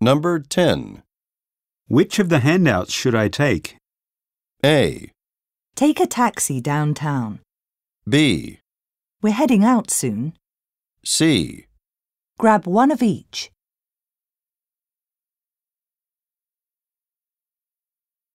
Number 10. Which of the handouts should I take? A, Take a taxi downtown. B, We're heading out soon. C. Grab one of each.